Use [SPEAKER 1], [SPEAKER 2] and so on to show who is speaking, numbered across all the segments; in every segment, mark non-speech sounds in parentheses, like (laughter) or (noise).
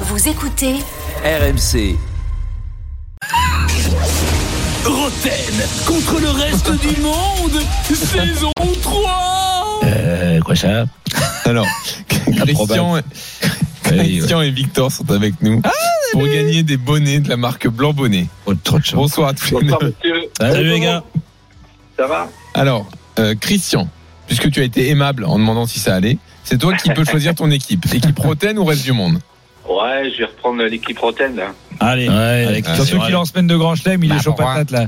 [SPEAKER 1] Vous écoutez
[SPEAKER 2] RMC. Roten contre le reste du monde, saison 3
[SPEAKER 3] Euh, quoi ça
[SPEAKER 4] Alors, (laughs) Christian,
[SPEAKER 3] Improbable.
[SPEAKER 4] et-
[SPEAKER 5] (laughs)
[SPEAKER 4] Christian et Victor sont avec nous
[SPEAKER 5] Ah,
[SPEAKER 4] pour gagner des bonnets de la marque Blanc Bonnet.
[SPEAKER 3] Oh, trop de chance.
[SPEAKER 4] Bonsoir à tous les
[SPEAKER 6] Bonsoir
[SPEAKER 4] deux.
[SPEAKER 6] monsieur,
[SPEAKER 3] Salut les gars.
[SPEAKER 6] ça va
[SPEAKER 4] Alors, euh, Christian, puisque tu as été aimable en demandant si ça allait, c'est toi qui peux
[SPEAKER 5] (laughs)
[SPEAKER 4] choisir ton équipe. Équipe Roten ou reste du monde
[SPEAKER 6] Ouais, je vais reprendre l'équipe Roten là.
[SPEAKER 5] Allez,
[SPEAKER 3] Ouais,
[SPEAKER 7] Ah,
[SPEAKER 5] avec surtout qu'il est en semaine de grand chelem,
[SPEAKER 7] Bah,
[SPEAKER 5] il est chaud patate là.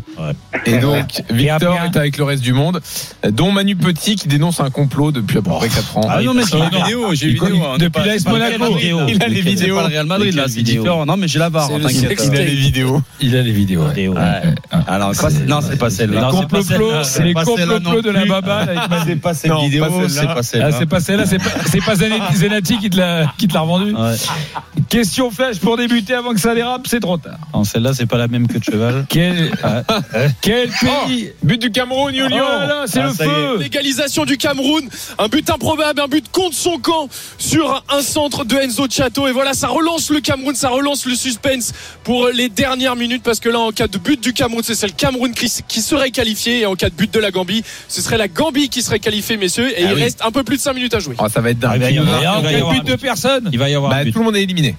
[SPEAKER 4] Et donc, Victor est avec le reste du monde, dont Manu Petit qui dénonce un complot depuis à peu près 4 ans.
[SPEAKER 5] Ah non mais c'est
[SPEAKER 7] J'ai vidéo, j'ai
[SPEAKER 5] Depuis
[SPEAKER 7] vidéo. hein, on est pas-
[SPEAKER 5] depuis l'AS
[SPEAKER 7] c'est pas le Real
[SPEAKER 5] Monaco,
[SPEAKER 7] Madrid.
[SPEAKER 4] Il a les
[SPEAKER 5] C'est
[SPEAKER 4] vidéos.
[SPEAKER 5] pas le Real Madrid là,
[SPEAKER 7] Lesquelles
[SPEAKER 5] c'est
[SPEAKER 7] vidéos
[SPEAKER 5] différent. Non mais j'ai la barre, hein, t'inquiète.
[SPEAKER 4] Il a les vidéos.
[SPEAKER 3] Il a les vidéos. ouais.
[SPEAKER 5] Vidéo, ouais.
[SPEAKER 3] Ouais.
[SPEAKER 7] Alors,
[SPEAKER 3] C'est-
[SPEAKER 7] Ah, c'est- non, c'est pas
[SPEAKER 5] Les
[SPEAKER 7] celle-là.
[SPEAKER 5] Non, c'est
[SPEAKER 7] Complot
[SPEAKER 5] pas celle-là,
[SPEAKER 7] plot,
[SPEAKER 5] c'est
[SPEAKER 7] c'est les
[SPEAKER 5] pas celle-là
[SPEAKER 7] complots
[SPEAKER 5] non
[SPEAKER 7] de la
[SPEAKER 5] plus.
[SPEAKER 7] baba. là.
[SPEAKER 5] Ah,
[SPEAKER 7] C'est pas cette
[SPEAKER 4] Non, pas
[SPEAKER 7] vidéo,
[SPEAKER 4] celle-là.
[SPEAKER 7] c'est pas
[SPEAKER 5] Ah,
[SPEAKER 7] celle-là.
[SPEAKER 5] c'est pas celle-là, c'est pas, c'est pas Zen- Zenati qui te l'a, qui te l'a revendu.
[SPEAKER 7] Ouais.
[SPEAKER 5] Question flash pour débuter avant que ça dérape, c'est trop tard.
[SPEAKER 7] Non, celle-là, c'est pas la même que de cheval.
[SPEAKER 5] Quel, quel pays
[SPEAKER 4] But du Cameroun, New
[SPEAKER 5] Oh
[SPEAKER 4] Lyon
[SPEAKER 5] là là, c'est
[SPEAKER 7] Ah,
[SPEAKER 5] le
[SPEAKER 7] ça y est.
[SPEAKER 5] feu
[SPEAKER 8] L'égalisation du Cameroun, un but improbable, un but contre son camp sur un centre de Enzo Chato. Et voilà, ça relance le Cameroun, ça relance le suspense pour les dernières minutes parce que là, en cas de but du Cameroun, c'est le Cameroun qui qui serait qualifié. Et en cas de but de la Gambie, ce serait la Gambie qui serait qualifiée, messieurs. Et
[SPEAKER 4] Ah
[SPEAKER 8] il
[SPEAKER 4] oui.
[SPEAKER 8] reste un peu plus de 5 minutes à jouer.
[SPEAKER 4] Oh, Ça va être
[SPEAKER 5] Ah,
[SPEAKER 4] dingue.
[SPEAKER 5] bah, il y aura- il y aura
[SPEAKER 7] Il va y
[SPEAKER 5] aucun
[SPEAKER 7] avoir
[SPEAKER 5] but de personne
[SPEAKER 7] Il va y avoir
[SPEAKER 4] Bah,
[SPEAKER 7] un but.
[SPEAKER 4] tout le monde est éliminé.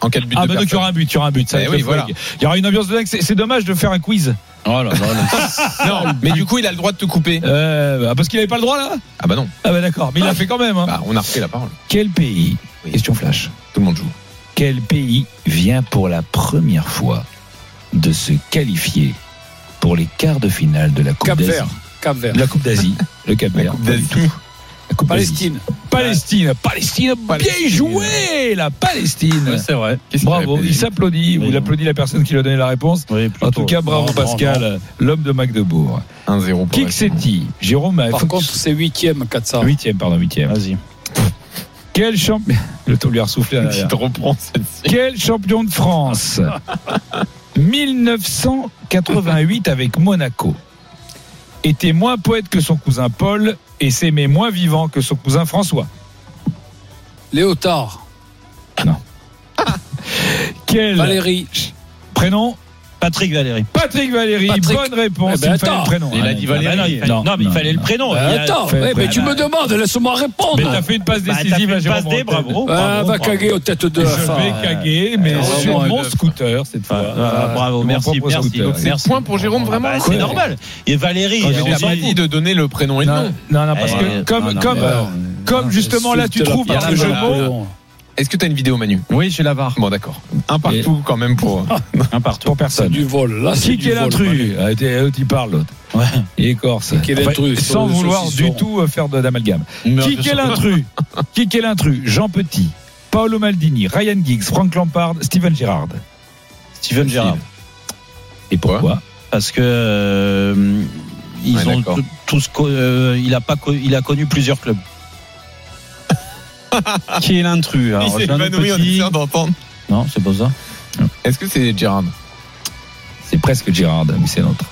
[SPEAKER 4] En cas de but
[SPEAKER 5] ah
[SPEAKER 4] de
[SPEAKER 5] bah donc il y
[SPEAKER 4] personne.
[SPEAKER 5] aura un but, il y aura un but, ça
[SPEAKER 4] Eh
[SPEAKER 5] va être
[SPEAKER 4] oui,
[SPEAKER 5] le flag.
[SPEAKER 4] voilà.
[SPEAKER 5] Il y aura une ambiance de dingue, c'est c'est dommage de faire un quiz.
[SPEAKER 7] Oh là là là. (laughs)
[SPEAKER 5] (laughs)
[SPEAKER 4] Non, mais du coup, il a le droit de te couper.
[SPEAKER 5] Euh, ah, parce qu'il avait pas le droit là
[SPEAKER 4] Ah bah non,
[SPEAKER 5] Ah bah d'accord, mais il l'a fait quand même. hein.
[SPEAKER 4] bah, on a repris la parole.
[SPEAKER 3] Quel pays Question flash.
[SPEAKER 4] Tout le monde joue.
[SPEAKER 3] Quel pays vient pour la première fois de se qualifier pour les quarts de finale de la Coupe d'Asie
[SPEAKER 8] Cap Vert.
[SPEAKER 3] La Coupe d'Asie. Le Cap Vert. pas du tout. La Coupe d'Asie.
[SPEAKER 5] Palestine. Palestine. Palestine. Bien
[SPEAKER 4] Palestine.
[SPEAKER 5] joué, la Palestine.
[SPEAKER 7] Ouais, C'est vrai.
[SPEAKER 4] Qu'est-ce qu'il
[SPEAKER 5] Bravo,
[SPEAKER 4] avait
[SPEAKER 5] il s'applaudit.
[SPEAKER 7] Oui,
[SPEAKER 5] Vous
[SPEAKER 7] non.
[SPEAKER 5] l'applaudit la personne qui lui a donné la réponse.
[SPEAKER 7] Oui,
[SPEAKER 5] En
[SPEAKER 7] plutôt.
[SPEAKER 5] tout cas, bravo
[SPEAKER 7] Non, non, non.
[SPEAKER 5] Pascal, l'homme de Magdebourg.
[SPEAKER 4] 1-0 pour
[SPEAKER 5] Kiksetti, Jérôme. il faut que-
[SPEAKER 8] c'est 8ème, 400.
[SPEAKER 5] huitième, pardon,
[SPEAKER 3] Ah.
[SPEAKER 5] huitième.
[SPEAKER 7] Vas-y.
[SPEAKER 5] Quel champion Le taux lui a soufflé.
[SPEAKER 4] la Qui te reprend celle-ci.
[SPEAKER 5] Quel champion de France 1988 avec Monaco était moins poète que son cousin Paul et s'aimait moins vivant que son cousin François.
[SPEAKER 8] Léotard,
[SPEAKER 5] Quel
[SPEAKER 8] Valérie.
[SPEAKER 5] prénom
[SPEAKER 7] Patrick Valéry.
[SPEAKER 5] Patrick Valéry,
[SPEAKER 8] Patrick.
[SPEAKER 5] bonne réponse.
[SPEAKER 8] Eh ben,
[SPEAKER 5] il fallait le
[SPEAKER 8] attends.
[SPEAKER 5] prénom. hein.
[SPEAKER 4] Il a dit Valéry.
[SPEAKER 7] Ah bah non, il fallait-
[SPEAKER 5] Non,
[SPEAKER 7] Non, mais il
[SPEAKER 5] non,
[SPEAKER 7] fallait le
[SPEAKER 5] Oh,
[SPEAKER 7] prénom. Il
[SPEAKER 8] Euh,
[SPEAKER 7] a-
[SPEAKER 5] fait-
[SPEAKER 8] eh,
[SPEAKER 5] ouais, bah,
[SPEAKER 8] demandes, laisse-moi répondre.
[SPEAKER 5] Mais t'as fait une passe
[SPEAKER 7] Bah, t'as
[SPEAKER 5] décisive
[SPEAKER 7] fait
[SPEAKER 5] à
[SPEAKER 7] une
[SPEAKER 5] Jérôme.
[SPEAKER 7] passe euh, D,
[SPEAKER 5] Rotten.
[SPEAKER 7] bravo.
[SPEAKER 8] Ah,
[SPEAKER 7] bravo,
[SPEAKER 8] va
[SPEAKER 7] bravo.
[SPEAKER 8] caguer aux têtes de
[SPEAKER 5] Je
[SPEAKER 8] la
[SPEAKER 5] vais
[SPEAKER 8] fin.
[SPEAKER 5] caguer, mais
[SPEAKER 8] Ah,
[SPEAKER 5] sur
[SPEAKER 8] ouais.
[SPEAKER 5] mon scooter cette fois.
[SPEAKER 7] Ah, ah, euh, bravo,
[SPEAKER 5] Mon
[SPEAKER 7] merci,
[SPEAKER 5] propre
[SPEAKER 7] merci.
[SPEAKER 5] scooter.
[SPEAKER 7] Donc, c'est
[SPEAKER 5] Merci.
[SPEAKER 4] point pour Jérôme, vraiment
[SPEAKER 7] Bah,
[SPEAKER 5] Ouais.
[SPEAKER 7] C'est normal. Et Valérie,
[SPEAKER 4] J'ai déjà pas dit de donner le prénom et le
[SPEAKER 5] Non,
[SPEAKER 4] nom.
[SPEAKER 5] non, non, ah, parce que
[SPEAKER 7] Eh,
[SPEAKER 5] comme,
[SPEAKER 7] non, non,
[SPEAKER 5] comme,
[SPEAKER 7] mais
[SPEAKER 5] euh, comme justement là, tu trouves
[SPEAKER 7] pierre,
[SPEAKER 5] un jeu de
[SPEAKER 7] voilà.
[SPEAKER 5] mots
[SPEAKER 4] Est-ce que t'as une vidéo, Manu
[SPEAKER 7] Oui, chez la VAR.
[SPEAKER 4] Bon, d'accord. Un partout quand même pour.
[SPEAKER 5] Ah,
[SPEAKER 4] euh,
[SPEAKER 7] euh, Un partout.
[SPEAKER 5] pour personne.
[SPEAKER 8] Du vol, là, c'est
[SPEAKER 5] Qui
[SPEAKER 8] du
[SPEAKER 5] est
[SPEAKER 8] vol.
[SPEAKER 5] l'intrus Ah, t'es- L'autre, il parle, l'autre.
[SPEAKER 7] Ouais.
[SPEAKER 5] Il est corse.
[SPEAKER 8] Qui est l'intrus sur
[SPEAKER 5] sans
[SPEAKER 8] le
[SPEAKER 5] vouloir
[SPEAKER 8] saucisson.
[SPEAKER 5] du tout euh, faire de- d'amalgame. Qui
[SPEAKER 7] Meurt de
[SPEAKER 5] est
[SPEAKER 7] son- (laughs)
[SPEAKER 5] l'intrus Qui est l'intrus Jean Petit, Paolo Maldini, Ryan Giggs, Frank Lampard, Steven Gerrard.
[SPEAKER 7] Steven Gerrard.
[SPEAKER 3] Et pourquoi
[SPEAKER 7] parce que euh, ils
[SPEAKER 4] Ouais,
[SPEAKER 7] ont
[SPEAKER 4] d'accord.
[SPEAKER 7] tout- tous co- euh, il a pas co- il a connu plusieurs clubs. Qui est l'intrus alors,
[SPEAKER 4] Il s'est
[SPEAKER 7] Jean
[SPEAKER 4] évanoui en
[SPEAKER 7] Petit
[SPEAKER 4] essayant d'entendre.
[SPEAKER 7] Non, c'est pas ça.
[SPEAKER 4] Est-ce que c'est Gérard
[SPEAKER 5] C'est presque Gerrard, mais c'est l'autre.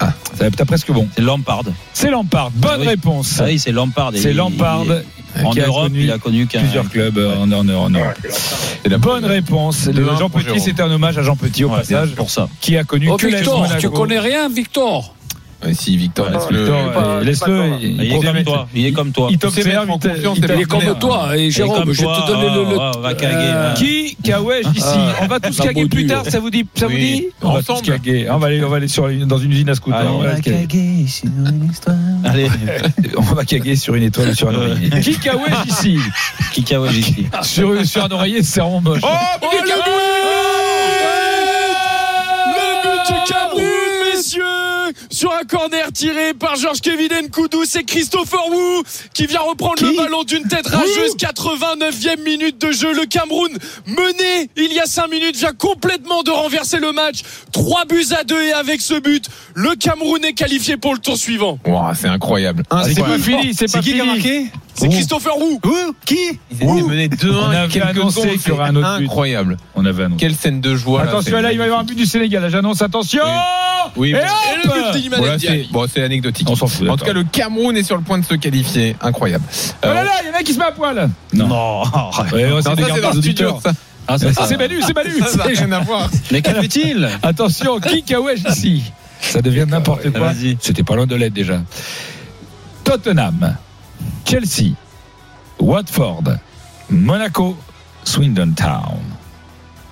[SPEAKER 4] Ah.
[SPEAKER 5] Ça, T'as presque bon.
[SPEAKER 7] C'est Lampard.
[SPEAKER 5] C'est Lampard. Bonne
[SPEAKER 7] Ah oui.
[SPEAKER 5] réponse.
[SPEAKER 7] Ah oui, c'est Lampard.
[SPEAKER 5] C'est
[SPEAKER 7] Il-
[SPEAKER 5] Lampard.
[SPEAKER 7] il- en
[SPEAKER 5] qui a
[SPEAKER 7] Europe,
[SPEAKER 5] connu
[SPEAKER 7] il a connu qu'un-
[SPEAKER 5] Plusieurs clubs euh, en, en- en Europe.
[SPEAKER 4] C'est la
[SPEAKER 5] Bonne réponse.
[SPEAKER 4] Deux, un
[SPEAKER 5] Jean
[SPEAKER 4] pour
[SPEAKER 5] Petit,
[SPEAKER 4] Jérôme.
[SPEAKER 5] c'était un hommage à Jean Petit au
[SPEAKER 7] Ouais,
[SPEAKER 5] passage,
[SPEAKER 7] c'est pour ça.
[SPEAKER 5] qui a connu
[SPEAKER 8] Oh,
[SPEAKER 5] que la
[SPEAKER 8] Victor,
[SPEAKER 5] Monaco.
[SPEAKER 8] tu connais rien, Victor
[SPEAKER 4] Ouais, Euh, Si, Victor, laisse-le.
[SPEAKER 5] Victor, euh, Laisse-le.
[SPEAKER 7] Il, est
[SPEAKER 5] programme-
[SPEAKER 7] comme toi. Il est comme toi.
[SPEAKER 5] Il
[SPEAKER 4] Tu sais
[SPEAKER 5] t'observe.
[SPEAKER 4] mettre en
[SPEAKER 5] il te-
[SPEAKER 4] confiance
[SPEAKER 5] il
[SPEAKER 4] tes
[SPEAKER 5] te-
[SPEAKER 8] Il est comme toi, et
[SPEAKER 7] Il est comme
[SPEAKER 8] Jérôme, je vais
[SPEAKER 7] toi.
[SPEAKER 8] te donner
[SPEAKER 7] Ah,
[SPEAKER 8] le. le-
[SPEAKER 7] ah, on va caguer,
[SPEAKER 8] Euh,
[SPEAKER 7] ouais.
[SPEAKER 5] Qui Kawège ici
[SPEAKER 8] Ah,
[SPEAKER 5] On va tous
[SPEAKER 8] la
[SPEAKER 5] caguer plus
[SPEAKER 8] bordure.
[SPEAKER 5] tard, ça vous dit ça vous dit Ah,
[SPEAKER 4] Oui.
[SPEAKER 5] On va tous
[SPEAKER 4] Ensemble.
[SPEAKER 5] caguer. On va aller, on va aller sur une- dans une usine à scooter.
[SPEAKER 7] Allez,
[SPEAKER 5] on,
[SPEAKER 7] on
[SPEAKER 5] va
[SPEAKER 7] va
[SPEAKER 5] aller caguer.
[SPEAKER 7] Allez, (laughs)
[SPEAKER 5] On va caguer sur une étoile ou sur un oreiller. (laughs) Qui Kawège ici
[SPEAKER 7] qui caouage ici
[SPEAKER 5] (laughs) sur, sur un oreiller, c'est vraiment moche.
[SPEAKER 8] Oh, le but Le but du Cameroun, messieurs Sur un corner tiré par Georges Kevin Nkoudou, c'est Christopher Wu qui vient reprendre le ballon d'une tête rageuse. 89e minute de jeu. Le Cameroun, mené il y a 5 minutes, vient complètement de renverser le match. 3 buts à 2 et avec ce but, le Cameroun est qualifié pour le tour suivant.
[SPEAKER 4] Ouah, C'est incroyable.
[SPEAKER 5] Ah, c'est pas
[SPEAKER 4] Incroyable.
[SPEAKER 5] fini, c'est pas fini.
[SPEAKER 8] C'est Christopher Wu
[SPEAKER 4] Qui Ils étaient menés 2-1
[SPEAKER 5] On
[SPEAKER 4] il y a
[SPEAKER 5] avait
[SPEAKER 4] quelques
[SPEAKER 5] annoncé
[SPEAKER 4] secondes,
[SPEAKER 5] qu'il y aurait
[SPEAKER 4] c'est
[SPEAKER 5] un autre but.
[SPEAKER 4] Incroyable.
[SPEAKER 5] On avait annoncé.
[SPEAKER 4] Quelle scène de joie. là,
[SPEAKER 5] Attention,
[SPEAKER 4] c'est
[SPEAKER 5] là, il va y avoir un Eh, but du Sénégal. là, J'annonce, attention
[SPEAKER 4] Oui,
[SPEAKER 5] Et
[SPEAKER 4] oui.
[SPEAKER 5] hop
[SPEAKER 8] Et le but d'Iliman
[SPEAKER 4] Voilà,
[SPEAKER 8] Ndiaye.
[SPEAKER 4] c'est- bon, c'est anecdotique.
[SPEAKER 5] On s'en fout,
[SPEAKER 4] En tout
[SPEAKER 5] d'accord.
[SPEAKER 4] cas, le Cameroun est sur le point de se qualifier. Incroyable.
[SPEAKER 5] Oh
[SPEAKER 4] Euh,
[SPEAKER 5] là là, il y en a qui se met à poil
[SPEAKER 7] Non.
[SPEAKER 5] Ouais, ouais,
[SPEAKER 4] Non, ça,
[SPEAKER 5] des
[SPEAKER 4] c'est
[SPEAKER 5] gardes
[SPEAKER 4] dans le studio,
[SPEAKER 5] auditeurs.
[SPEAKER 4] ça.
[SPEAKER 7] Ah, c'est ça.
[SPEAKER 5] C'est Manu, c'est Manu
[SPEAKER 4] Ça
[SPEAKER 5] (laughs)
[SPEAKER 4] n'a rien à voir.
[SPEAKER 7] Mais qu'en fait-il
[SPEAKER 5] Attention, qui Wesh ici Ça devient n'importe quoi.
[SPEAKER 7] Vas-y.
[SPEAKER 5] C'était pas loin de l'être déjà. Tottenham, Chelsea, Watford, Monaco, Swindon Town.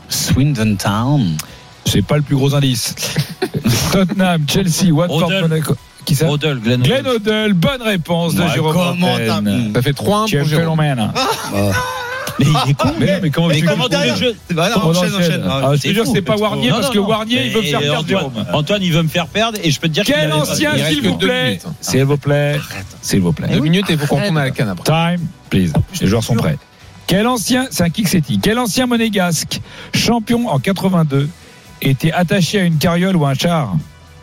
[SPEAKER 7] Swindon Town.
[SPEAKER 5] C'est pas le plus
[SPEAKER 7] (laughs)
[SPEAKER 5] gros indice. Tottenham, Chelsea, Watford,
[SPEAKER 7] Rodel.
[SPEAKER 5] Monaco. Qui ça
[SPEAKER 7] Rodel, Glen
[SPEAKER 5] Glenn Odell, bonne réponse de
[SPEAKER 7] Ouais,
[SPEAKER 5] Jérôme
[SPEAKER 7] comment
[SPEAKER 5] Roten.
[SPEAKER 7] t'as mis
[SPEAKER 4] Ça fait 3-1 pour
[SPEAKER 5] Quel
[SPEAKER 4] Jérôme.
[SPEAKER 5] phénomène
[SPEAKER 7] Mais il est con,
[SPEAKER 5] Mais non, mais comment
[SPEAKER 7] Mais
[SPEAKER 5] tu-
[SPEAKER 7] comment tu veux que je-
[SPEAKER 5] Voilà, on enchaîne, enchaîne. Ah, je te
[SPEAKER 7] C'est
[SPEAKER 5] jure,
[SPEAKER 7] fou,
[SPEAKER 5] c'est pas
[SPEAKER 7] parce que-
[SPEAKER 5] Warnier,
[SPEAKER 7] Non,
[SPEAKER 5] parce
[SPEAKER 7] non,
[SPEAKER 5] que
[SPEAKER 7] non.
[SPEAKER 5] Warnier, il veut me faire
[SPEAKER 7] Mais
[SPEAKER 5] perdre
[SPEAKER 7] Antoine,
[SPEAKER 5] Jérôme.
[SPEAKER 7] Antoine, il veut me faire perdre et je peux te dire qu'il
[SPEAKER 5] Quel
[SPEAKER 7] avait raison.
[SPEAKER 5] ancien,
[SPEAKER 4] Il reste
[SPEAKER 5] s'il
[SPEAKER 4] que
[SPEAKER 5] vous
[SPEAKER 4] deux
[SPEAKER 5] plaît
[SPEAKER 4] minutes, hein.
[SPEAKER 5] S'il vous plaît, s'il vous
[SPEAKER 7] Eh
[SPEAKER 5] plaît.
[SPEAKER 4] Deux minutes et il faut qu'on retourne à la canne après.
[SPEAKER 5] Time, please. Les joueurs sont prêts. Quel ancien, c'est un kick setti. quel ancien monégasque, champion en 82, était attaché à une carriole ou à un char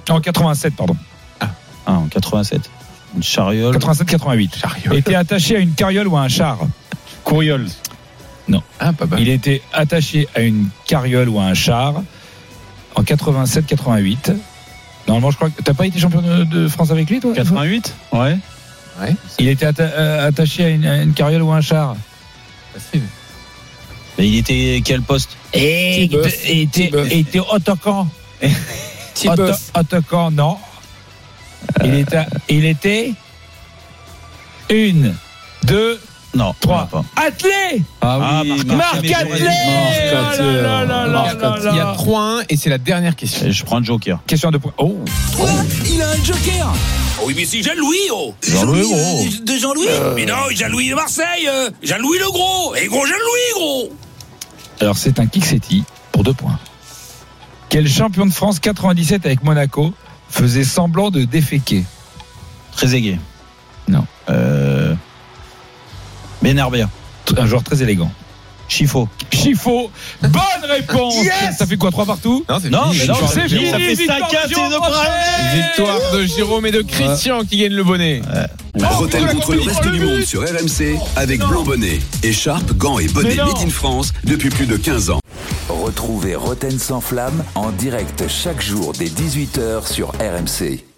[SPEAKER 5] En 87, pardon.
[SPEAKER 7] Ah, en 87. Une chariole.
[SPEAKER 5] 87-88. Était attaché à une carriole ou à un char
[SPEAKER 7] Courriol.
[SPEAKER 4] Ah, pas mal.
[SPEAKER 5] Il était attaché à une carriole ou à un char en 87-88. Normalement, je crois que. T'as pas été champion de, de France avec lui, toi
[SPEAKER 7] 88 Ouais.
[SPEAKER 5] Il était atta- euh, attaché à une, à une carriole ou à un char
[SPEAKER 7] Mais il était quel poste
[SPEAKER 5] Et
[SPEAKER 8] Tibœuf.
[SPEAKER 5] il était,
[SPEAKER 8] Tibœuf.
[SPEAKER 5] il était autocan. Auto-
[SPEAKER 8] Tibœuf.
[SPEAKER 5] Autocan, non. Euh. Il était, il était une, deux,
[SPEAKER 7] Non.
[SPEAKER 5] trois.
[SPEAKER 7] on l'a pas.
[SPEAKER 5] Attelé
[SPEAKER 7] Ah,
[SPEAKER 5] oui,
[SPEAKER 7] Marc
[SPEAKER 5] Marc
[SPEAKER 7] Attelé.
[SPEAKER 5] Attelé
[SPEAKER 7] Marc
[SPEAKER 5] Oh là là là là
[SPEAKER 4] Marc,
[SPEAKER 5] là
[SPEAKER 4] Il y a
[SPEAKER 5] là.
[SPEAKER 4] 3-1 et c'est la dernière question.
[SPEAKER 7] Je prends le Joker.
[SPEAKER 5] Question de points. Oh
[SPEAKER 2] Quoi Il a un joker Oh Oui, mais c'est Jean-Louis, oh
[SPEAKER 7] Jean-Louis,
[SPEAKER 2] euh, De Jean-Louis Mais non, Jean-Louis de Marseille euh, Jean-Louis le gros Et gros Jean-Louis, gros
[SPEAKER 5] Alors c'est un Kiksetti pour deux points. Quel champion de France 97 avec Monaco faisait semblant de déféquer
[SPEAKER 7] Très aigué.
[SPEAKER 5] Non.
[SPEAKER 7] Euh. Ben Benarbia.
[SPEAKER 5] Un joueur très élégant.
[SPEAKER 7] Chifo.
[SPEAKER 5] Chifo, bonne réponse
[SPEAKER 7] Yes
[SPEAKER 5] Ça fait quoi Trois partout
[SPEAKER 4] Non, c'est
[SPEAKER 7] Non,
[SPEAKER 4] fini.
[SPEAKER 7] mais non,
[SPEAKER 4] Victoire
[SPEAKER 5] c'est
[SPEAKER 4] de
[SPEAKER 5] fini,
[SPEAKER 4] Jérôme.
[SPEAKER 7] ça fait hein,
[SPEAKER 5] victoire
[SPEAKER 7] 5 à
[SPEAKER 5] de
[SPEAKER 7] 0
[SPEAKER 5] Jérôme
[SPEAKER 7] bravo
[SPEAKER 4] Victoire de Jérôme et de Christian qui gagnent le bonnet.
[SPEAKER 5] Oh,
[SPEAKER 1] Roten contre le reste du monde sur RMC avec blanc bonnet, écharpe, gants et bonnet
[SPEAKER 5] Mais non.
[SPEAKER 1] made in France depuis plus de 15 ans.
[SPEAKER 2] Retrouvez Roten sans flamme en direct chaque jour dès 18h sur RMC.